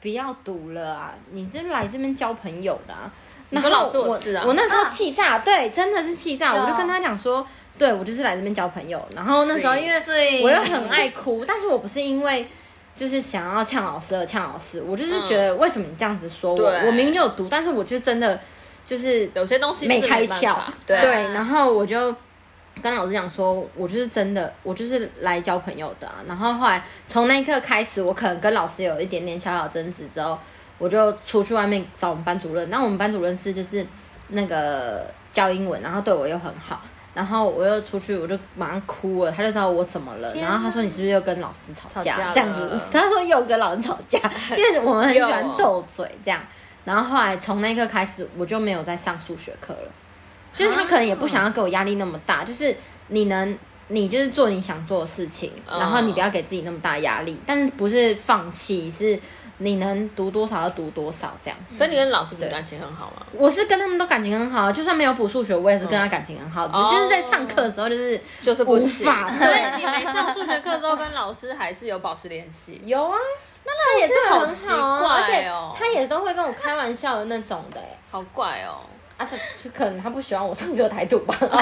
Speaker 2: 不要读了啊？你这来这边交朋友的啊？
Speaker 1: 你
Speaker 2: 然
Speaker 1: 说
Speaker 2: 后
Speaker 1: 老师我
Speaker 2: 我
Speaker 1: 是啊
Speaker 2: 我那时候
Speaker 3: 啊
Speaker 2: 气炸，对，真的是气炸，
Speaker 3: 有
Speaker 2: 我就跟他讲说，对我就是来这边交朋友。然后那时候因
Speaker 3: [laughs]
Speaker 2: 为
Speaker 3: 碎
Speaker 2: 我又很爱哭，但是我不是因为就是想要呛老师而呛老师，我就是觉得为什么你这样子说我？
Speaker 1: 嗯对
Speaker 2: 我明明有读，但是我就真的就是
Speaker 1: 有些东西是
Speaker 2: 没开
Speaker 1: 办
Speaker 2: 窍
Speaker 1: 法，
Speaker 2: 对
Speaker 1: 对啊
Speaker 2: 然后我就跟老师讲说，我就是真的，我就是来交朋友的、啊。然后后来从那一刻开始，我可能跟老师有一点点小小争执之后，我就出去外面找我们班主任。那我们班主任是就是那个教英文，然后对我又很好。然后我又出去，我就马上哭了，他就知道我怎么了。
Speaker 1: 天
Speaker 2: 然
Speaker 1: 啊
Speaker 2: 后他说：“你是不是又跟老师吵
Speaker 1: 吵
Speaker 2: 架？”
Speaker 1: 架
Speaker 2: 这样子
Speaker 1: 了，
Speaker 2: [laughs]
Speaker 1: 哦
Speaker 2: 他说又跟老师吵架，因为我们很喜
Speaker 1: [laughs] 有
Speaker 2: 欢斗嘴这样。然后后来从那一刻开始，我就没有再上数学课了。就是
Speaker 1: 啊
Speaker 2: 他可能也不想要给我压力那么大，就是你能，你就是做你想做的事情，
Speaker 1: 嗯
Speaker 2: 然后你不要给自己那么大压力，但是不是放弃，是你能读多少就读多少这样子。
Speaker 1: 所以你跟老师们感情很好吗？
Speaker 2: 我是跟他们都感情很好，就算没有补数学，我也是跟他感情很好，只
Speaker 1: 哦
Speaker 2: 是就是在上课的时候就是
Speaker 1: 就是不
Speaker 2: 无
Speaker 1: 行
Speaker 2: 法。
Speaker 1: 所以你没上数学课之后，跟老师还 [laughs] 是有保持联系。
Speaker 2: 有啊，
Speaker 1: 那
Speaker 2: 他也是
Speaker 1: 是
Speaker 2: 很好啊，
Speaker 1: 好
Speaker 2: 而
Speaker 1: 奇怪
Speaker 2: 且
Speaker 1: 哦
Speaker 2: 他也都会跟我开玩笑的那种的、欸。
Speaker 1: 好怪哦。
Speaker 2: 啊，他就可能他不喜欢我上这个台独
Speaker 1: [laughs]
Speaker 2: 吧。
Speaker 1: 老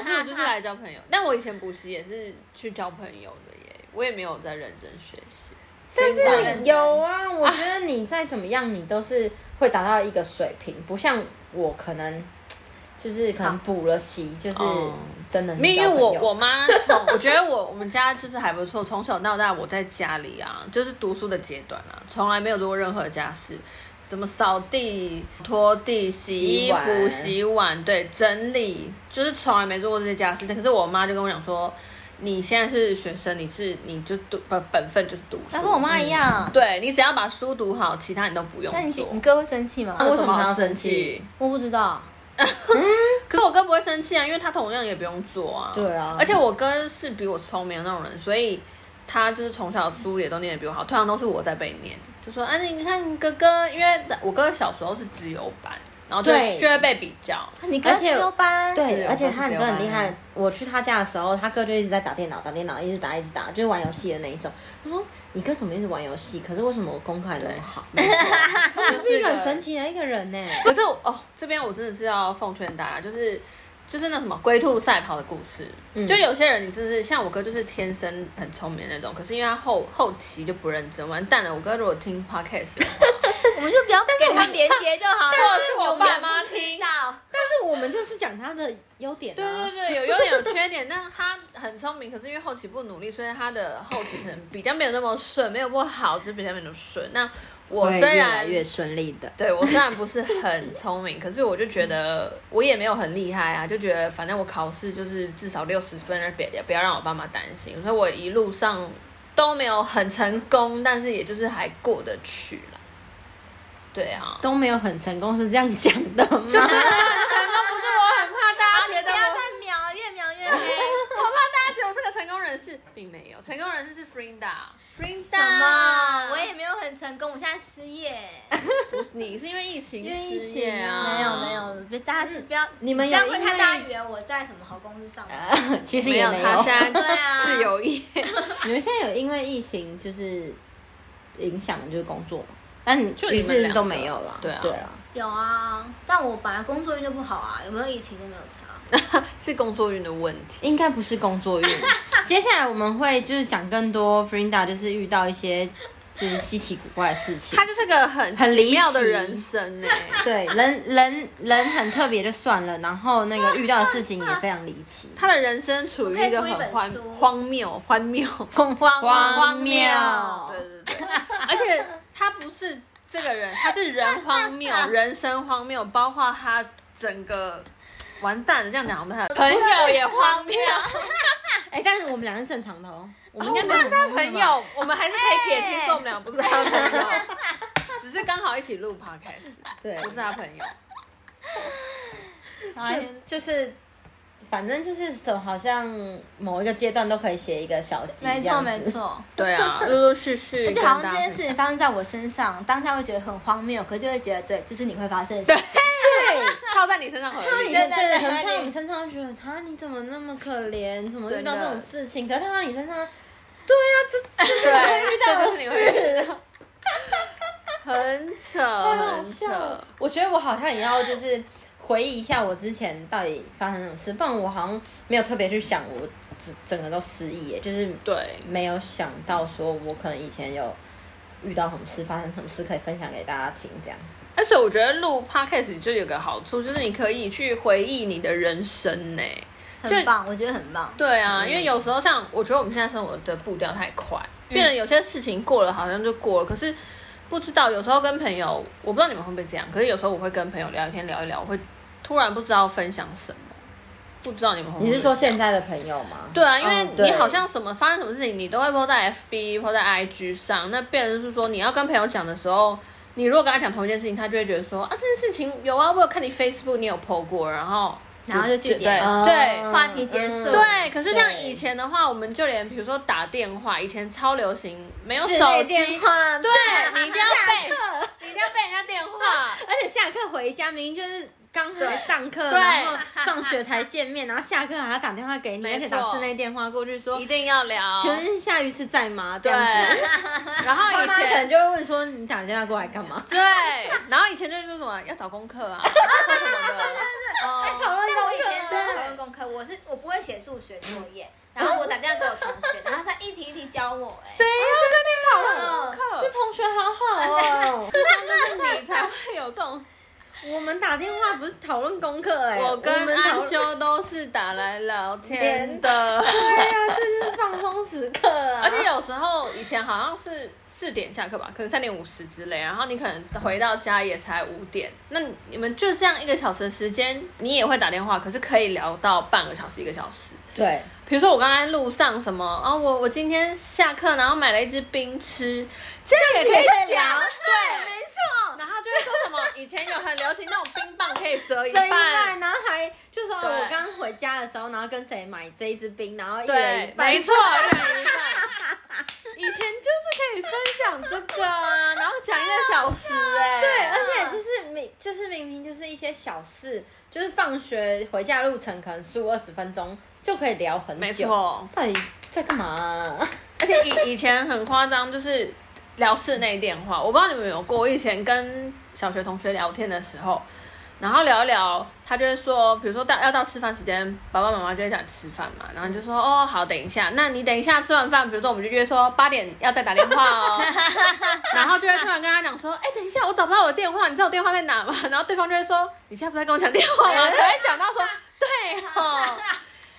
Speaker 1: 师，我就是来交朋友。但我以前补习也是去交朋友的耶，我也没有在认真学习。
Speaker 2: 但
Speaker 1: 真的
Speaker 2: 是有啊，我觉得你再怎么样，你都是会达到一个水平，不像我可能就是可能补了习，就是
Speaker 1: 哦
Speaker 2: 真的是
Speaker 1: 没有因为
Speaker 2: 交
Speaker 1: 我
Speaker 2: 朋友
Speaker 1: 我妈从 [laughs] 我觉得我我们家就是还不错，从小到大我在家里啊，就是读书的阶段啊，从来没有做过任何家事，什么扫地、拖地、洗衣服、洗碗，
Speaker 2: 洗碗
Speaker 1: 对，整理，就是从来没做过这些家事。可是我妈就跟我讲说，你现在是学生，你是你就读本本分就是读
Speaker 3: 要跟我
Speaker 1: 书，
Speaker 3: 妈一样。
Speaker 1: 对你只要把书读好，其他你都不用
Speaker 3: 那你
Speaker 1: 做。
Speaker 3: 你哥会生气吗？
Speaker 2: 我
Speaker 1: 有
Speaker 2: 啊为什么
Speaker 1: 好
Speaker 2: 她要生气？
Speaker 3: 我不知道，
Speaker 1: 可是我哥不会生气啊，因为他同样也不用做啊。
Speaker 2: 对啊
Speaker 1: 而且我哥是比我聪明的那种人，所以他就是从小书也都念得比我好，通常都是我在被念，就说啊，你看哥哥，因为我哥小时候是资优班，然后就
Speaker 2: 对
Speaker 1: 就会被比较。
Speaker 3: 你哥
Speaker 2: 而且
Speaker 3: 丢班，
Speaker 2: 对，
Speaker 1: 是
Speaker 2: 而且
Speaker 1: 我
Speaker 2: 他
Speaker 1: 哥是
Speaker 2: 很真的很
Speaker 1: 这
Speaker 2: 厉
Speaker 1: 样
Speaker 2: 害。我去他家的时候，他哥就一直在打电脑，打电脑，一直打，一直打，就是玩游戏的那一种。我说你哥怎么一直玩游戏？可是为什么我功课还那么好？ [laughs] 他
Speaker 1: 就是
Speaker 2: 一个
Speaker 1: 个
Speaker 2: 很神奇的一个人呢、
Speaker 1: 可是我哦，这边我真的是要奉劝大家，就是就是那什么龟兔赛跑的故事，
Speaker 2: 嗯
Speaker 1: 就有些人你真的是像我哥，就是天生很聪明的那种，可是因为他后后期就不认真，完蛋了。我哥如果听 podcast，的话
Speaker 3: [laughs] 我们就不要给他连接就好了。
Speaker 1: 但是
Speaker 3: 我
Speaker 1: 我
Speaker 3: 们
Speaker 1: 爸妈
Speaker 3: 不
Speaker 1: 听
Speaker 3: 知道，
Speaker 2: 但是我们就是讲他的优点、啊，
Speaker 1: 对对对，有优点有缺点，但他很聪明，可是因为后期不努力，所以他的后期可能比较没有那么顺，没有不好，只是比较没有那么顺。那我
Speaker 2: 会
Speaker 1: 虽
Speaker 2: 越来
Speaker 1: 然
Speaker 2: 越顺利的。
Speaker 1: 对我虽然不是很聪明，可是我就觉得我也没有很厉害啊，就觉得反正我考试就是至少六十分，而别不要让我爸妈担心，所以我一路上都没有很成功，但是也就是还过得去了。对
Speaker 2: [laughs]
Speaker 1: 啊， [laughs]
Speaker 2: 都没有很成功，是这样讲的吗？
Speaker 1: 成功不是我很怕大
Speaker 3: 啊，你不要再瞄，越瞄 [laughs] 越黑。
Speaker 1: 我怕大家觉得我是个成功人士，并没有，成功人士是 Frinda，Frinda，
Speaker 3: 什么？啊我也没有很成功，我现在失业。
Speaker 1: 不是你是因为疫情
Speaker 2: 因为疫
Speaker 1: 失业啊，
Speaker 3: [laughs] 没有没，有，别大家不要，
Speaker 2: 你们
Speaker 3: 这样
Speaker 2: 有
Speaker 3: 会
Speaker 2: 因
Speaker 3: 太
Speaker 2: 为
Speaker 3: 大以为呃我在什么好公司上班。
Speaker 2: [laughs] 其实
Speaker 1: 没
Speaker 2: 也
Speaker 1: 有，
Speaker 2: 没
Speaker 1: 他
Speaker 2: 有。
Speaker 1: 现
Speaker 3: 对
Speaker 1: 在
Speaker 3: 啊，
Speaker 1: 自由业，
Speaker 2: 你们现在有因为疫情就是影响就是工作吗？但你
Speaker 1: 就
Speaker 2: 你
Speaker 1: 你们两
Speaker 2: 是
Speaker 1: 个
Speaker 2: 都没有啦，
Speaker 1: 对啊
Speaker 2: 对啦。
Speaker 3: 有啊，但我本来工作运就不好啊，有没有疫情都没有差。
Speaker 1: [laughs] 是工作运的问题。
Speaker 2: 应该不是工作运。 [laughs] 接下来我们会就是讲更多 Frida，就是遇到一些就是稀奇古怪的事情
Speaker 1: 他。就是个很
Speaker 2: 很
Speaker 1: 奇
Speaker 2: 离
Speaker 1: 妙的
Speaker 2: 奇
Speaker 1: 人生欸呢、
Speaker 2: [laughs] 对，人人人很特别就算了，然后那个遇到的事情也非常离奇。
Speaker 1: [laughs] 他的人生处于一个
Speaker 3: 我可以出一
Speaker 1: 很
Speaker 3: 本
Speaker 1: 荒
Speaker 3: 书
Speaker 1: 荒谬、 [laughs] 荒谬，
Speaker 2: 荒
Speaker 3: 荒
Speaker 2: 谬，
Speaker 1: [laughs]
Speaker 3: 谬
Speaker 1: 对对对，而且他不是这个人，他是人荒 [laughs] 谬，人生荒谬，包括他整个完蛋了。这样讲，我们还有朋友也荒谬，
Speaker 2: [laughs] 哎、但是我们俩是正常的哦，我们
Speaker 1: 应
Speaker 2: 应
Speaker 1: 该
Speaker 2: 该
Speaker 1: 没有什么
Speaker 2: 没有什么
Speaker 1: 荒谬吧我们我们
Speaker 2: 荒谬吧。
Speaker 1: 还是可以撇清
Speaker 3: 哎
Speaker 1: 说我们俩不是他的朋友，哎只是刚好一起录 podcast，
Speaker 2: 对
Speaker 1: 不是他朋友。
Speaker 3: 然后 [laughs] 就
Speaker 2: 就就是，反正就是什好像某一个阶段都可以写一个小集，
Speaker 3: 没
Speaker 2: 这
Speaker 3: 错
Speaker 2: 样子
Speaker 3: 没。错，
Speaker 1: 对啊，陆陆续续
Speaker 3: 而
Speaker 1: 跟
Speaker 3: 且好
Speaker 1: 大
Speaker 3: 像
Speaker 1: 家
Speaker 2: 啊
Speaker 3: 这件
Speaker 1: 分
Speaker 3: 事
Speaker 1: 享。
Speaker 3: 情发生在我身上，当下会觉得很荒谬，可就会觉得对，就是你会发生的事情。
Speaker 2: 对，
Speaker 1: 套在你身上合
Speaker 2: 看到
Speaker 1: 理
Speaker 2: 你
Speaker 3: 对
Speaker 2: 身
Speaker 3: 对
Speaker 2: 对
Speaker 3: 对
Speaker 2: 对，可能看
Speaker 3: 对
Speaker 2: 到你身上就觉得，他你怎么那么可怜，怎么遇
Speaker 1: 真的
Speaker 2: 到这种事情？可是看到你身上，对啊，这这就是会遇
Speaker 1: 这
Speaker 2: 到的
Speaker 1: 就是你会
Speaker 2: 事，
Speaker 1: 很扯，
Speaker 2: 太好
Speaker 1: 很
Speaker 2: 笑
Speaker 1: 扯
Speaker 2: 了。。我觉得我好像也要就是回忆一下我之前到底发生什么事，不然我好像没有特别去想，我整整个都失忆耶，就是
Speaker 1: 对，
Speaker 2: 没有想到说我可能以前有遇到什么事，发生什么事可以分享给大家听这样子。
Speaker 1: 而且哎我觉得录 podcast 就有个好处，就是你可以去回忆你的人生呢、
Speaker 3: 很棒，我觉得很棒。
Speaker 1: 对啊，
Speaker 2: 嗯
Speaker 1: 因为有时候像我觉得我们现在生活的步调太快，
Speaker 2: 嗯
Speaker 1: 变得有些事情过了好像就过了，可是不知道有时候跟朋友，我不知道你们会不会这样，可是有时候我会跟朋友聊一天聊一聊，我会突然不知道分享什么，不知道你们会不会
Speaker 2: 你是说
Speaker 1: 这样
Speaker 2: 现在的朋友吗？
Speaker 1: 哦对啊，因为
Speaker 2: 嗯
Speaker 1: 你
Speaker 2: 对
Speaker 1: 好像什么发生什么事情，你都会 po 在 FB、po 在 IG 上。那变成是说，你要跟朋友讲的时候，你如果跟他讲同一件事情，他就会觉得说啊，这件事情有啊，我有看你 Facebook，你有 po 过，然后
Speaker 3: 然后就据点了，
Speaker 1: 对对
Speaker 2: 哦
Speaker 3: 话题结束
Speaker 2: 嗯
Speaker 1: 对，可是像
Speaker 2: 对
Speaker 1: 以前的话，我们就连比如说打电话，以前超流行，没有
Speaker 2: 室
Speaker 1: 手
Speaker 2: 内
Speaker 1: 机，
Speaker 2: 电话，
Speaker 1: 对你一定要背
Speaker 2: 下课，
Speaker 1: 你一定要背人家电话。
Speaker 2: 而且下课回家明明就是刚才上课，
Speaker 1: 对
Speaker 2: 然后放学才见面，然后下课还要打电话给你，
Speaker 1: 没
Speaker 2: 而且打
Speaker 1: 错
Speaker 2: 室内电话过去说
Speaker 1: 一，定要聊。
Speaker 2: 请问下鱼是在吗？这
Speaker 1: 对，
Speaker 2: 样子，
Speaker 1: [laughs] 然后
Speaker 2: 妈
Speaker 1: 以
Speaker 2: 妈可能
Speaker 1: 前
Speaker 2: 就会问说你打电话过来干 [laughs] 嘛？
Speaker 1: 对，然后以前就是说什么要找功课啊，什么的。哦，
Speaker 2: 讨论
Speaker 3: 但我以前
Speaker 2: 功
Speaker 3: 是讨
Speaker 2: 课，
Speaker 3: 论功课，我是我不会写数学作业，然后我打电话给我同学，然后他一题一题教我、哎，
Speaker 2: 谁要跟你讨论？
Speaker 3: 嗯
Speaker 2: 这同学好好哦， [laughs]
Speaker 1: 就是你才会有这种。
Speaker 2: 我们打电话不是讨论功课哎，
Speaker 1: 我跟
Speaker 2: 们讨
Speaker 1: 安
Speaker 2: 论
Speaker 1: 秋都是打来聊天的，
Speaker 2: 对啊，这就是放松时刻啊！
Speaker 1: 而且有时候以前好像是四点下课吧，可能三点五十之类，然后你可能回到家也才五点，那你们就这样一个小时的时间，你也会打电话，可是可以聊到半个小时一个小时。
Speaker 2: 对，
Speaker 1: 比如说我刚才路上什么啊、哦，我我今天下课然后买了一支冰吃，这样也可以聊。
Speaker 2: 对，没错，
Speaker 1: 然后就会说什么以前有很流行那种冰棒可以折一
Speaker 2: 这
Speaker 1: 半，
Speaker 2: 一半，然后还就说啊
Speaker 1: 对
Speaker 2: 我刚回家的时候，然后跟谁买这一支冰，然后一人一
Speaker 1: 对，
Speaker 2: 半
Speaker 1: 没错，一人一半。以前就是可以分享这个啊，然后讲一个小时哎、
Speaker 2: 对，而且就是明就是明明就是一些小事，就是放学回家路程可能十五二十分钟就可以聊很久。
Speaker 1: 没错，
Speaker 2: 到底在干嘛啊？
Speaker 1: 而且以以前很夸张，就是聊室内电话，我不知道你们有没有过。我以前跟小学同学聊天的时候，然后聊一聊，他就会说，比如说到要到吃饭时间，爸爸妈妈就会讲吃饭嘛，然后你就说哦好，等一下，那你等一下吃完饭，比如说我们就约说八点要再打电话哦，然后就会突然跟他讲说，哎、等一下我找不到我的电话，你知道我电话在哪吗？然后对方就会说，你现在不是在跟我讲电话吗？才会想到说，对哦。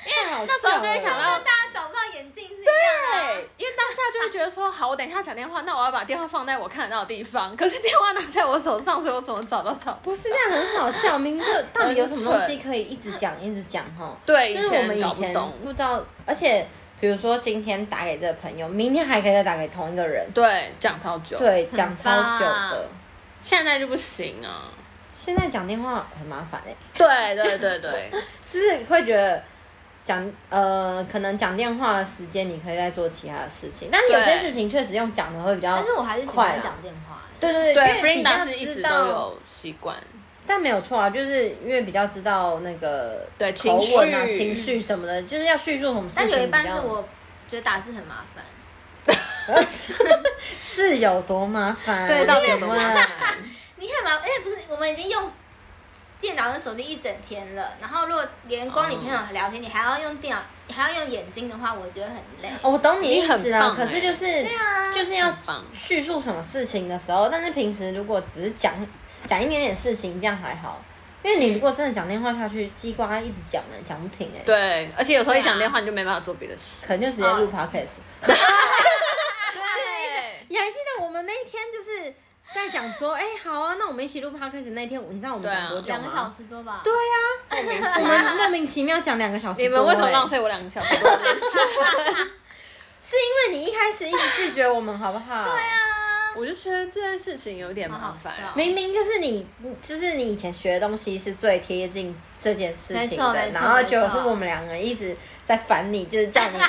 Speaker 2: 因为
Speaker 1: 那时候就会想到
Speaker 2: 哦
Speaker 3: 那大家找不到眼镜是一样的啊、
Speaker 1: 对，因为当下就会觉得说，好，我等一下讲电话，那我要把电话放在我看得到的地方。可是电话拿在我手上，所以我怎么找都找不到。
Speaker 2: 不是这样很好
Speaker 1: [laughs]
Speaker 2: 笑，明明就到底有什么东西可以一直讲一直讲哈？
Speaker 1: 对
Speaker 2: 就是我们以
Speaker 1: 以前
Speaker 2: 前
Speaker 1: 搞不懂
Speaker 2: 不知道，而且比如说今天打给这个朋友，明天还可以再打给同一个人，
Speaker 1: 对，讲超久。，
Speaker 2: 对，讲超久的
Speaker 3: 棒。
Speaker 1: 现在就不行啊。
Speaker 2: 现在讲电话很麻烦哎、
Speaker 1: 对对对 [laughs] 对，
Speaker 2: 就是会觉得讲呃，可能讲电话的时间你可以再做其他的事情，但是有些
Speaker 1: 对
Speaker 2: 事情确实用讲的会比较
Speaker 3: 但是我还是喜
Speaker 2: 快
Speaker 3: 欢
Speaker 2: 啊
Speaker 3: 讲电话、哎
Speaker 2: 对
Speaker 1: 对
Speaker 2: 对对，因为比
Speaker 1: ，Frida
Speaker 2: 较
Speaker 1: 是一
Speaker 2: 知
Speaker 1: 直都
Speaker 2: 道，
Speaker 1: 有习惯。
Speaker 2: 但没有错啊，就是因为比较知道那个
Speaker 1: 对
Speaker 2: 口吻啊、
Speaker 1: 情绪
Speaker 2: 情绪什么的，就是要叙述什么事
Speaker 3: 但
Speaker 2: 情。
Speaker 3: 有一半是我觉得打字很麻烦，
Speaker 2: 是有多麻烦？
Speaker 1: 对，到底有多
Speaker 2: 请
Speaker 1: 麻
Speaker 2: 问
Speaker 1: 烦？
Speaker 3: 你很麻烦，哎，不是，我们已经用电脑跟手机一整天了，然后如果连光你
Speaker 1: 哦
Speaker 3: 朋友聊天，你还要用电脑，还要用眼睛的话，我觉得很累。
Speaker 2: 哦我懂你意
Speaker 1: 你
Speaker 2: 思
Speaker 1: 很
Speaker 2: 啊，
Speaker 1: 棒
Speaker 2: 可是
Speaker 1: 欸
Speaker 2: 就是
Speaker 3: 对啊，
Speaker 2: 就是要
Speaker 1: 很 [laughs] 棒
Speaker 2: 叙述什么事情的时候，但是平时如果只是讲讲一点点事情，这样还好。因为你如果真的讲电话下去，鸡瓜一直讲哎，讲不停哎，，
Speaker 1: 对，而且有时候一讲电话，你就没办法做别的事。
Speaker 2: 可能就直接录
Speaker 3: 哦
Speaker 1: 啊
Speaker 2: podcast。
Speaker 1: 对，啊
Speaker 2: 你还记得我们那一天就是在讲说，哎，好啊，那我们一起录 podcast 那一天，你知道我们
Speaker 1: 对啊
Speaker 2: 讲多久
Speaker 3: 两个小
Speaker 2: 吗？
Speaker 3: 时多吧。
Speaker 2: 对呀， [laughs] 我们莫名其妙讲两个小时多，
Speaker 1: 你们为什么
Speaker 2: 哎
Speaker 1: 浪？费我两个小时做这件事？ [laughs]
Speaker 2: 是因为你一开始一直拒绝我们，好不好？对
Speaker 3: 对啊，
Speaker 1: 我就觉得这件事情有点
Speaker 3: 好好
Speaker 1: 麻烦。
Speaker 3: 笑
Speaker 2: 明明就是你，就是你以前学的东西是最贴近这件事
Speaker 3: 没
Speaker 2: 情
Speaker 3: 错
Speaker 2: 的，
Speaker 3: 没错
Speaker 2: 然后
Speaker 3: 没
Speaker 2: 就是
Speaker 3: 错
Speaker 2: 我们两个一直在烦你，就是叫你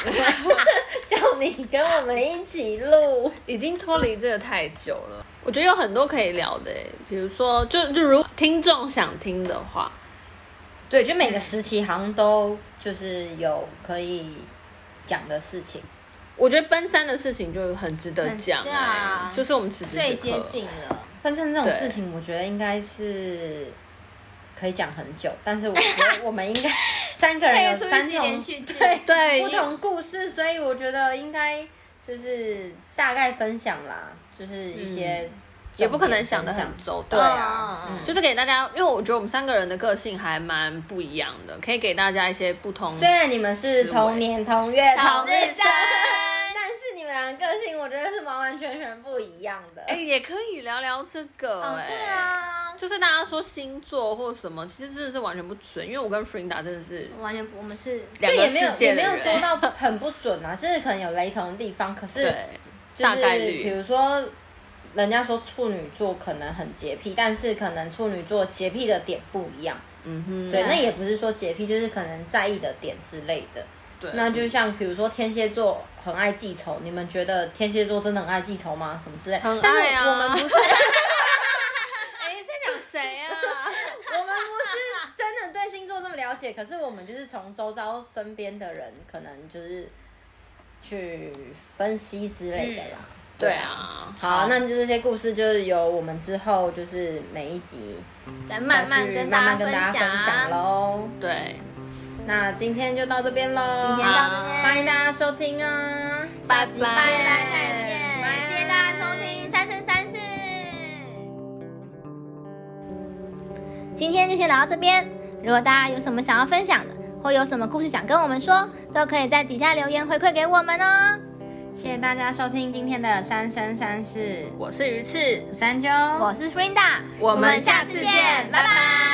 Speaker 2: [laughs] 叫你跟我们一起录。
Speaker 1: 已经脱离这个太久了。我觉得有很多可以聊的诶，比如说，就就如听众想听的话，
Speaker 2: 对，就每个时期好像都就是有可以讲的事情。
Speaker 1: 我觉得奔三的事情就很值得讲、
Speaker 3: 嗯
Speaker 1: 诶，
Speaker 3: 对啊
Speaker 1: 就是我们此时此刻
Speaker 3: 最接近了。
Speaker 2: 但像这种
Speaker 1: 对
Speaker 2: 事情，我觉得应该是可以讲很久，
Speaker 1: [laughs]
Speaker 2: 但是我觉得我们应该三个人有
Speaker 3: 可以出一
Speaker 2: 三
Speaker 3: 集
Speaker 2: 种
Speaker 3: 连续剧
Speaker 2: 对
Speaker 1: 对
Speaker 2: 不同故事，所以我觉得应该就是大概分享啦，就是一些
Speaker 1: 嗯也不可能想的
Speaker 2: 重
Speaker 1: 很
Speaker 2: 点分享
Speaker 1: 周
Speaker 2: 对
Speaker 1: 到，
Speaker 2: 啊，
Speaker 3: 嗯
Speaker 2: 嗯
Speaker 1: 就是给大家，因为我觉得我们三个人的个性还蛮不一样的，可以给大家一些不同。
Speaker 2: 虽然你们是同年同月同日
Speaker 3: 同日
Speaker 2: 生
Speaker 3: 生，
Speaker 2: 但是你们两个个性我觉得是完完全全不一样的。
Speaker 1: 哎、也可以聊聊这个、
Speaker 3: 哦
Speaker 1: 诶，
Speaker 3: 对啊，
Speaker 1: 就是大家说星座或什么，其实真的是完全不准，因为我跟 Frida 真的是
Speaker 3: 我完全不，我们是
Speaker 2: 就
Speaker 1: 两个
Speaker 2: 也没
Speaker 1: 世
Speaker 2: 有也
Speaker 1: 界
Speaker 2: 没
Speaker 1: 的
Speaker 2: 有
Speaker 1: 人，
Speaker 2: 说到很不准啊，就是可能有雷同的地方，可是
Speaker 1: 对，
Speaker 2: 就
Speaker 1: 大
Speaker 2: 是
Speaker 1: 概
Speaker 2: 比
Speaker 1: 率
Speaker 2: 如说，人家说处女座可能很洁癖，但是可能处女座洁癖的点不一样，
Speaker 1: 嗯哼，
Speaker 2: 对
Speaker 3: 对
Speaker 2: 那也不是说洁癖，就是可能在意的点之类的。
Speaker 1: 对，
Speaker 2: 那就像比如说天蝎座很爱记仇，你们觉得天蝎座真的很爱记仇吗？什么之类？
Speaker 1: 很
Speaker 2: 但是
Speaker 1: 爱啊
Speaker 2: 我们不
Speaker 1: [laughs]
Speaker 2: 是，
Speaker 1: 哎，你在讲谁啊？
Speaker 2: 我们不是真的对星座这么了解，可是我们就是从周遭身边的人，可能就是去分析之类的啦。
Speaker 1: 嗯对。啊，
Speaker 2: 好，那就这些故事就是由我们之后就是每一集
Speaker 3: 来慢慢
Speaker 2: 再去
Speaker 3: 跟
Speaker 2: 慢
Speaker 3: 大
Speaker 2: 慢
Speaker 3: 家
Speaker 2: 跟大
Speaker 3: 分
Speaker 2: 家分享
Speaker 3: 享。
Speaker 2: 喽。
Speaker 1: 对，
Speaker 2: 那今天就到这边喽，
Speaker 3: 今天到这边，
Speaker 2: 欢迎大家收听啊，
Speaker 1: 拜拜，
Speaker 3: 拜拜，大家再见，
Speaker 2: 拜
Speaker 3: 谢谢大家收听《三生三世》，今天就先聊到这边。如果大家有什么想要分享的，或有什么故事想跟我们说，都可以在底下留言回馈给我们哦。
Speaker 2: 谢谢大家收听今天的三生三世，
Speaker 1: 我是鱼翅，
Speaker 2: 我是安啾，
Speaker 3: 我是 Frida，
Speaker 1: 我们下次见拜拜